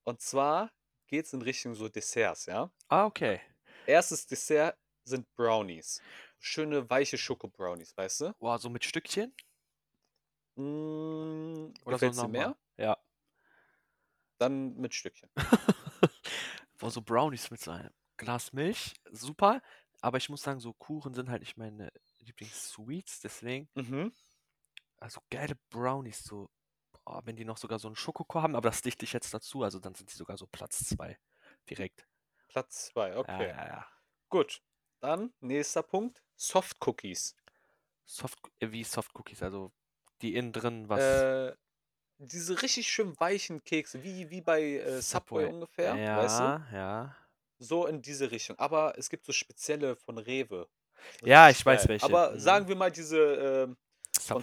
S2: Und zwar geht es in Richtung so Desserts, ja?
S1: Ah, okay.
S2: Erstes Dessert sind Brownies. schöne weiche Schoko-Brownies, weißt du?
S1: Boah, so mit Stückchen?
S2: Mm,
S1: Oder so
S2: gefällt's dir mehr?
S1: normal? Ja.
S2: Dann mit Stückchen.
S1: Boah, so Brownies mit so einem Glas Milch, super. Aber ich muss sagen, so Kuchen sind halt nicht meine Lieblings-Sweets, deswegen.
S2: Mhm.
S1: Also geile Brownies, so. Boah, wenn die noch sogar so einen Schokoko haben, aber das dichte ich jetzt dazu, also dann sind die sogar so Platz 2 direkt.
S2: Platz 2,
S1: Ah, Ja,
S2: okay.
S1: ja, ja.
S2: Gut. Dann nächster Punkt: Soft Cookies.
S1: Soft, äh, wie Soft Cookies, also die innen drin was.
S2: Äh, diese richtig schön weichen Kekse, wie, wie bei äh, Subway,
S1: Subway.
S2: ungefähr,
S1: ja,
S2: weißt du?
S1: ja.
S2: So in diese Richtung. Aber es gibt so spezielle von Rewe.
S1: Ja,
S2: Richtig
S1: ich weiß
S2: geil.
S1: welche.
S2: Aber
S1: Mhm.
S2: sagen wir mal diese ähm, von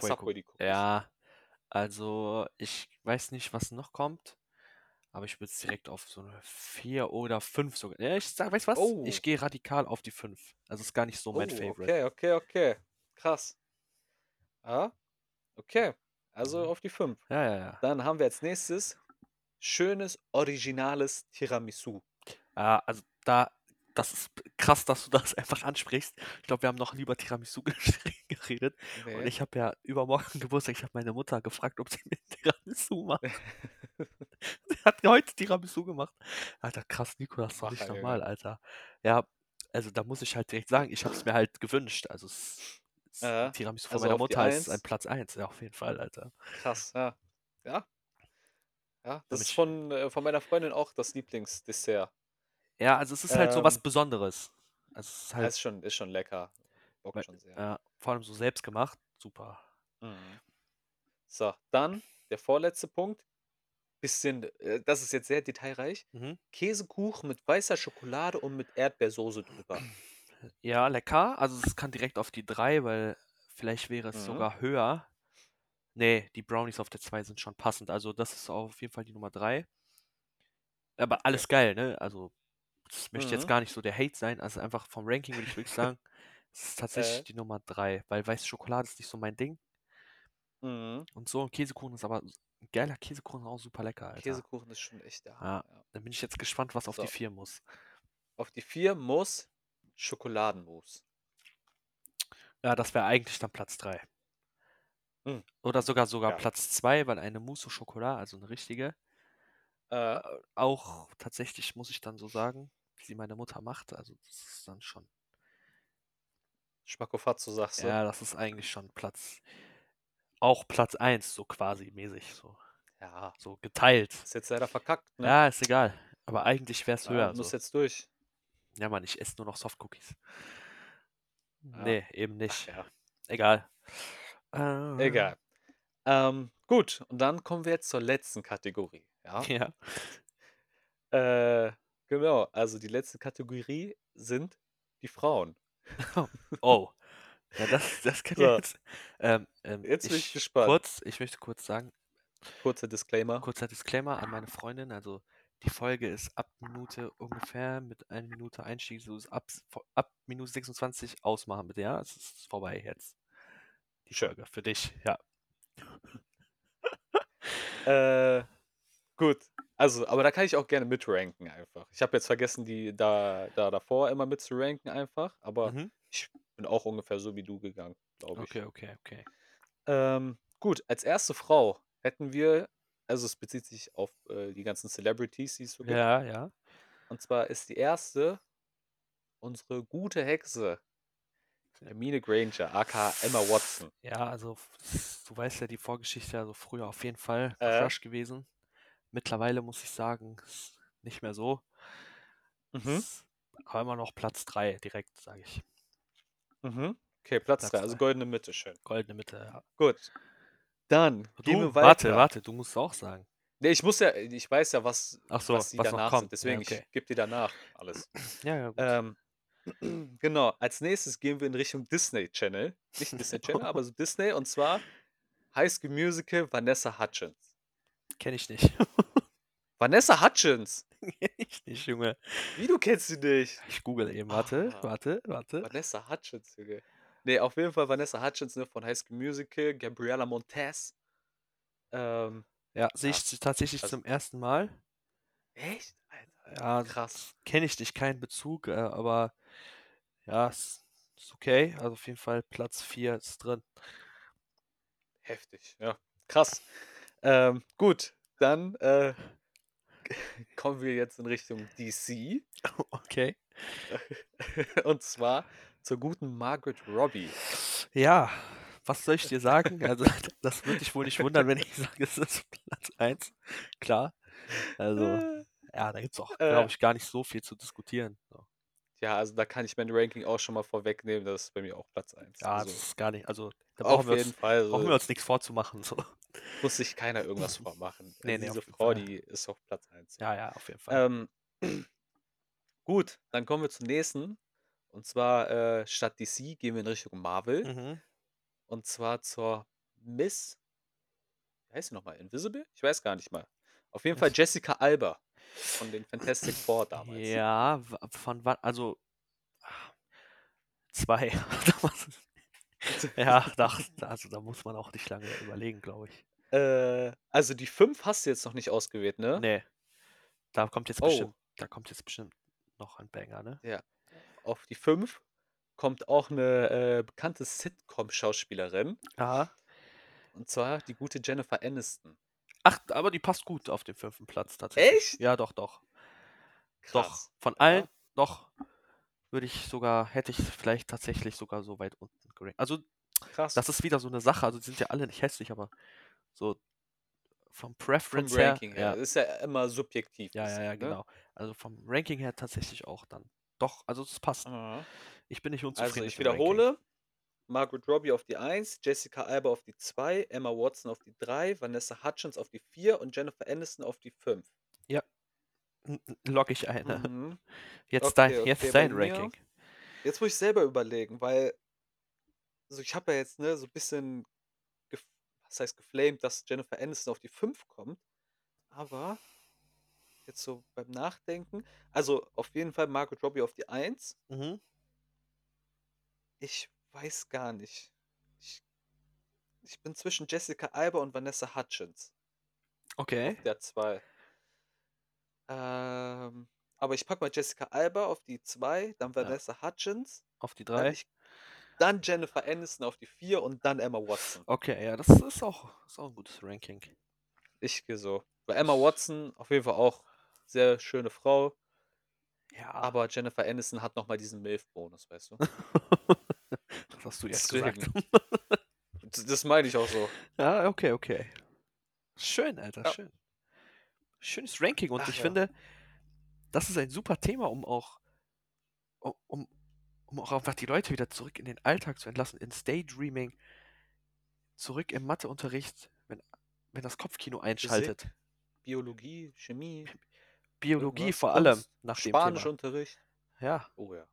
S1: Subway
S2: Subway,
S1: Cookies.
S2: die Cookies.
S1: Ja, also ich weiß nicht, was noch kommt, aber ich würde es direkt auf so eine 4 oder 5 sogar. Ja, ich sag, weißt du was?
S2: Oh.
S1: Ich gehe radikal auf die 5. Also ist gar nicht so mein
S2: Oh,
S1: Favorite.
S2: okay, okay, okay. Krass. Ah, okay. Also
S1: Mhm.
S2: auf die 5.
S1: Ja, ja, ja.
S2: Dann haben wir als nächstes schönes, originales Tiramisu.
S1: Ah, also da, das ist krass, dass du das einfach ansprichst. Ich glaube, wir haben noch nie über Tiramisu geredet. Und
S2: Nee.
S1: ich habe ja übermorgen Geburtstag. Ich habe meine Mutter gefragt, ob sie mir Tiramisu macht. Sie hat mir heute Tiramisu gemacht. Alter, krass, Nico, das ist doch
S2: Macher,
S1: nicht
S2: Junge.
S1: normal, Alter. Ja, also da muss ich halt direkt sagen, ich habe es mir halt gewünscht. Also es, es,
S2: Ja,
S1: Tiramisu von
S2: also
S1: meiner
S2: auf die
S1: Mutter ist ein
S2: Eins. Hm.
S1: Platz 1, ja, auf jeden Fall, Alter.
S2: Krass, ja. Ja. Ja, das
S1: Damit
S2: ist
S1: ich-
S2: von, äh, von meiner Freundin auch das Lieblingsdessert.
S1: Ja, also es ist halt so was
S2: Ähm.
S1: Besonderes. Also es ist
S2: Ja,
S1: halt,
S2: ist schon, ist schon lecker. Bockt
S1: weil-
S2: schon sehr.
S1: ja, vor allem so selbst gemacht, super.
S2: Mhm. So, dann der vorletzte Punkt. Bisschen, äh, das ist jetzt sehr detailreich.
S1: Mhm.
S2: Käsekuchen mit weißer Schokolade und mit Erdbeersoße drüber.
S1: Ja, lecker. Also es kann direkt auf die 3, weil vielleicht wäre es
S2: Mhm.
S1: sogar höher. Nee, die Brownies auf der 2 sind schon passend. Also das ist auf jeden Fall die Nummer 3. Aber alles geil, ne? Also das möchte jetzt
S2: Mhm.
S1: gar nicht so der Hate sein. Also einfach vom Ranking würde ich wirklich sagen, es ist tatsächlich
S2: Äh.
S1: die Nummer 3, weil weiße Schokolade ist nicht so mein Ding.
S2: Mhm.
S1: Und so ein Käsekuchen ist aber ein geiler Käsekuchen ist auch super lecker, Alter.
S2: Käsekuchen ist schon echt der Hammer. Ja.
S1: Dann bin ich jetzt gespannt, was auf die
S2: So.
S1: 4 muss.
S2: Auf die 4 muss Schokoladenmus.
S1: Ja, das wäre eigentlich dann Platz 3.
S2: Hm.
S1: Oder sogar sogar
S2: Geil.
S1: Platz 2, weil eine Mousse au Chocolat, also eine richtige,
S2: Äh,
S1: äh, auch tatsächlich, muss ich dann so sagen, wie sie meine Mutter macht. Also das ist dann schon.
S2: Schmackofatzo sagst du. Ja.
S1: Ja, das ist eigentlich schon Platz. Auch Platz 1, so quasi mäßig. So, so geteilt.
S2: Ist jetzt leider verkackt, ne?
S1: Ja, ist egal. Aber eigentlich wäre es
S2: Ja,
S1: höher.
S2: muss
S1: So.
S2: jetzt durch.
S1: Ja, Mann, ich esse nur noch Softcookies.
S2: Ja.
S1: Nee, eben
S2: Ach
S1: nicht.
S2: ja.
S1: Egal. Äh,
S2: Egal. Ähm, gut, und dann kommen wir jetzt zur letzten Kategorie. Ja.
S1: Ja.
S2: Äh, genau, also die letzte Kategorie sind die Frauen.
S1: Oh. Ja, das, das kann ja
S2: So.
S1: jetzt. Ähm, ähm,
S2: Jetzt bin ich
S1: ich
S2: gespannt. Oh.
S1: kurz, ich möchte kurz sagen,
S2: Kurzer Disclaimer.
S1: kurzer Disclaimer an meine Freundin. Also die Folge ist ab Minute ungefähr mit 1 Minute Einstieg, so ist ab, vor- ab Minute 26 ausmachen bitte, ja. Es ist vorbei jetzt. Die
S2: Schön.
S1: Folge für dich, ja.
S2: Äh, gut. Also, aber da kann ich auch gerne mitranken einfach. Ich habe jetzt vergessen, die da, da davor immer mitzuranken einfach, aber
S1: Mhm.
S2: ich bin auch ungefähr so wie du gegangen, glaube Oh, ich.
S1: Okay, okay, okay.
S2: Ähm, gut, als erste Frau hätten wir, also es bezieht sich auf äh, die ganzen Celebrities, die es so gibt.
S1: Ja, ja.
S2: Und zwar ist die erste unsere gute Hexe, Hermine Granger, aka Emma Watson.
S1: Ja, also f- du weißt ja die Vorgeschichte, also früher auf jeden Fall
S2: Äh.
S1: Crush gewesen. Mittlerweile muss ich sagen, ist nicht mehr so. Ist Aber immer noch Platz 3 direkt, sage ich.
S2: Mhm. Okay, Platz
S1: Platz
S2: 3, also
S1: drei.
S2: goldene Mitte, schön.
S1: Goldene Mitte, ja.
S2: Gut. Dann
S1: Du,
S2: gehen wir weiter.
S1: warte, warte, du musst auch sagen.
S2: Nee, ich muss ja, ich weiß ja, was,
S1: Ach so,
S2: was die
S1: was noch
S2: danach
S1: kommt.
S2: sind, deswegen
S1: ja, okay.
S2: ich gebe dir danach alles.
S1: Ja, ja, gut.
S2: Ähm, genau, als nächstes gehen wir in Richtung Disney Channel. Nicht Disney Channel, aber so Disney und zwar High School Musical Vanessa Hutchins.
S1: Kenne ich nicht.
S2: Vanessa Hutchins!
S1: Kenn ich nicht, Junge.
S2: Wie du kennst sie nicht?
S1: Ich google eben. Warte,
S2: Ah.
S1: warte, warte.
S2: Vanessa Hutchins, Junge. Nee, auf jeden Fall Vanessa Hutchins ne, von High School Musical, Gabriella Montez. Ähm,
S1: Ja, sehe
S2: Ja,
S1: ich z- tatsächlich
S2: also-
S1: zum ersten Mal.
S2: echt? Alter,
S1: Ja,
S2: krass.
S1: kenne ich dich, keinen Bezug, äh, aber ja, es Ist okay. Also auf jeden Fall Platz 4 ist drin.
S2: Heftig, ja. Krass. Ähm, gut, dann äh, kommen wir jetzt in Richtung DC.
S1: Okay.
S2: Und zwar zur guten Margaret Robbie.
S1: Ja, was soll ich dir sagen? Also, das würde dich wohl nicht wundern, wenn ich sage, es ist Platz 1. Klar. Also,
S2: Äh,
S1: ja, da gibt es auch,
S2: Äh.
S1: glaube ich, gar nicht so viel zu diskutieren. So.
S2: Ja, also da kann ich mein Ranking auch schon mal vorwegnehmen. Das ist bei mir auch Platz 1.
S1: Ja,
S2: also,
S1: das ist gar nicht. Also, da
S2: auf
S1: brauchen wir
S2: jeden
S1: uns,
S2: Fall.
S1: brauchen wir
S2: Also,
S1: uns nichts vorzumachen. So.
S2: muss sich keiner irgendwas vormachen.
S1: Nee, nee,
S2: Also diese
S1: auf jeden
S2: Frau,
S1: Fall.
S2: die ist auf Platz 1.
S1: Ja, ja, auf jeden Fall.
S2: Ähm, gut, dann kommen wir zum nächsten. Und zwar äh, statt DC gehen wir in Richtung Marvel.
S1: Mhm.
S2: Und zwar zur Miss. Wie heißt sie nochmal? Invisible? Ich weiß gar nicht mal. Auf jeden Fall
S1: Miss-
S2: Jessica Alba von den Fantastic Four damals.
S1: Ja, wa- von wann? Also, zwei. Damals- ja, da, also da muss man auch nicht lange überlegen, glaube ich.
S2: äh, also die 5 hast du jetzt noch nicht ausgewählt, ne?
S1: Nee, da kommt jetzt
S2: Oh,
S1: bestimmt, da kommt jetzt bestimmt noch ein Banger, ne?
S2: ja. Auf die 5 kommt auch eine äh, bekannte Sitcom-Schauspielerin.
S1: Aha.
S2: Und zwar die gute Jennifer Aniston.
S1: Ach, aber die passt gut auf den fünften Platz tatsächlich.
S2: Echt?
S1: Ja, doch, doch. Doch,
S2: Krass.
S1: von
S2: Ja.
S1: allen, doch, würde ich sogar, hätte ich vielleicht tatsächlich sogar so weit unten gerankt. Also,
S2: Krass.
S1: das ist wieder so eine Sache. Also, die sind ja alle nicht hässlich, aber so vom
S2: Vom
S1: Preference her,
S2: Ranking her.
S1: ja,
S2: Das ist ja immer subjektiv.
S1: ja, ja,
S2: bisschen,
S1: ja,
S2: ne?
S1: genau. Also, vom Ranking her tatsächlich auch dann. Doch, also, es passt.
S2: Aha.
S1: Ich bin nicht
S2: Also
S1: unzufrieden mit
S2: ich
S1: dem Ranking.
S2: wiederhole. Margaret Robbie auf die 1, Jessica Alba auf die 2, Emma Watson auf die 3, Vanessa Hutchins auf die 4 und Jennifer Aniston auf die 5.
S1: Ja, n- n- logge ich ein. ne?
S2: Mhm.
S1: Jetzt dein,
S2: Okay, okay,
S1: jetzt
S2: bei
S1: dein
S2: mir.
S1: Ranking.
S2: Jetzt muss ich selber überlegen, weil also ich habe ja jetzt ne, so ein bisschen, gef- was heißt geflamed, dass Jennifer Aniston auf die 5 kommt, aber jetzt so beim Nachdenken, also auf jeden Fall Margaret Robbie auf die 1.
S1: Mhm.
S2: Ich weiß gar nicht. Ich, ich bin zwischen Jessica Alba und Vanessa Hutchins auf
S1: Okay.
S2: der 2. Ähm, aber ich packe mal Jessica Alba auf die 2, dann
S1: Ja,
S2: Vanessa Hutchins,
S1: auf die
S2: dann
S1: drei.
S2: ich, dann Jennifer Aniston auf die 4 und dann Emma Watson.
S1: Okay, ja, das ist auch, ist auch ein gutes Ranking.
S2: Ich gehe so. Bei Emma Watson auf jeden Fall auch sehr schöne Frau,
S1: Ja.
S2: aber Jennifer Aniston hat nochmal diesen Milf-Bonus, weißt du?
S1: das hast du jetzt gesagt.
S2: Deswegen. D- Das meine ich auch so.
S1: ja, okay, okay. Schön, Alter,
S2: Ja.
S1: schön. Schönes Ranking und
S2: Ach
S1: ich
S2: ja.
S1: finde, das ist ein super Thema, um auch, um, um um auch einfach die Leute wieder zurück in den Alltag zu entlassen, ins Daydreaming, zurück im Matheunterricht, wenn, wenn das Kopfkino einschaltet.
S2: Physik, Biologie, Chemie,
S1: Biologie
S2: irgendwas,
S1: vor allem
S2: Kunst,
S1: nach dem Thema.
S2: Spanischunterricht.
S1: Ja.
S2: Oh ja.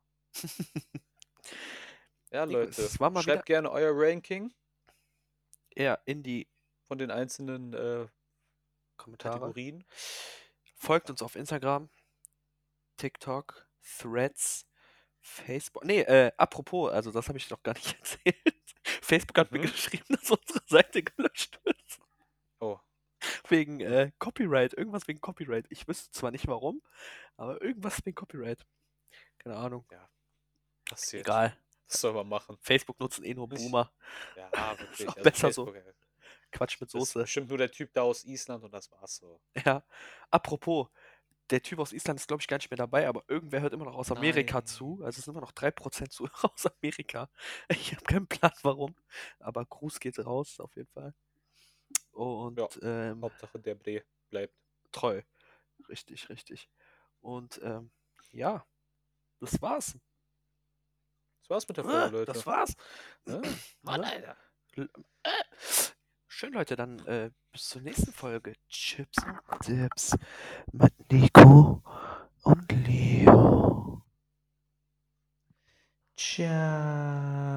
S2: Ja,
S1: Nico,
S2: Leute,
S1: es war mal wieder
S2: schreibt gerne euer Ranking
S1: eher in die
S2: von den einzelnen äh,
S1: Kommentare.
S2: Kategorien.
S1: Folgt
S2: Ja.
S1: uns auf Instagram, TikTok, Threads, Facebook. Nee, äh, apropos, also das habe ich noch gar nicht erzählt. Facebook hat mir
S2: Mhm.
S1: geschrieben, dass unsere Seite gelöscht wird.
S2: Oh,
S1: Wegen äh, Copyright. Irgendwas wegen Copyright. Ich wüsste zwar nicht warum, aber irgendwas wegen Copyright. Keine Ahnung.
S2: ja, passiert.
S1: Egal.
S2: Was soll man machen?
S1: Facebook nutzen eh nur
S2: Nicht.
S1: Boomer.
S2: Ja,
S1: Ist auch
S2: wirklich. Also
S1: besser so.
S2: Facebook, ey,
S1: Quatsch mit
S2: das ist
S1: Soße.
S2: bestimmt nur der Typ da aus Island und das war's so.
S1: Ja. Apropos, der Typ aus Island ist, glaube ich, gar nicht mehr dabei, aber irgendwer hört immer noch aus Amerika
S2: Nein.
S1: zu. Also es sind immer noch 3% Zuhörer aus Amerika. Ich habe keinen Plan, warum. Aber Gruß geht raus, auf jeden Fall. Und
S2: Ja,
S1: ähm,
S2: Hauptsache der Bre bleibt.
S1: treu. Richtig, richtig. Und ähm, ja, das war's.
S2: Das war's mit der Folge,
S1: Ah,
S2: Leute.
S1: Das war's.
S2: Ja,
S1: Ne?
S2: Mann, Alter.
S1: L- äh. Schön, Leute, dann äh, bis zur nächsten Folge. Chips und Dips mit Nico und Leo.
S2: Ciao.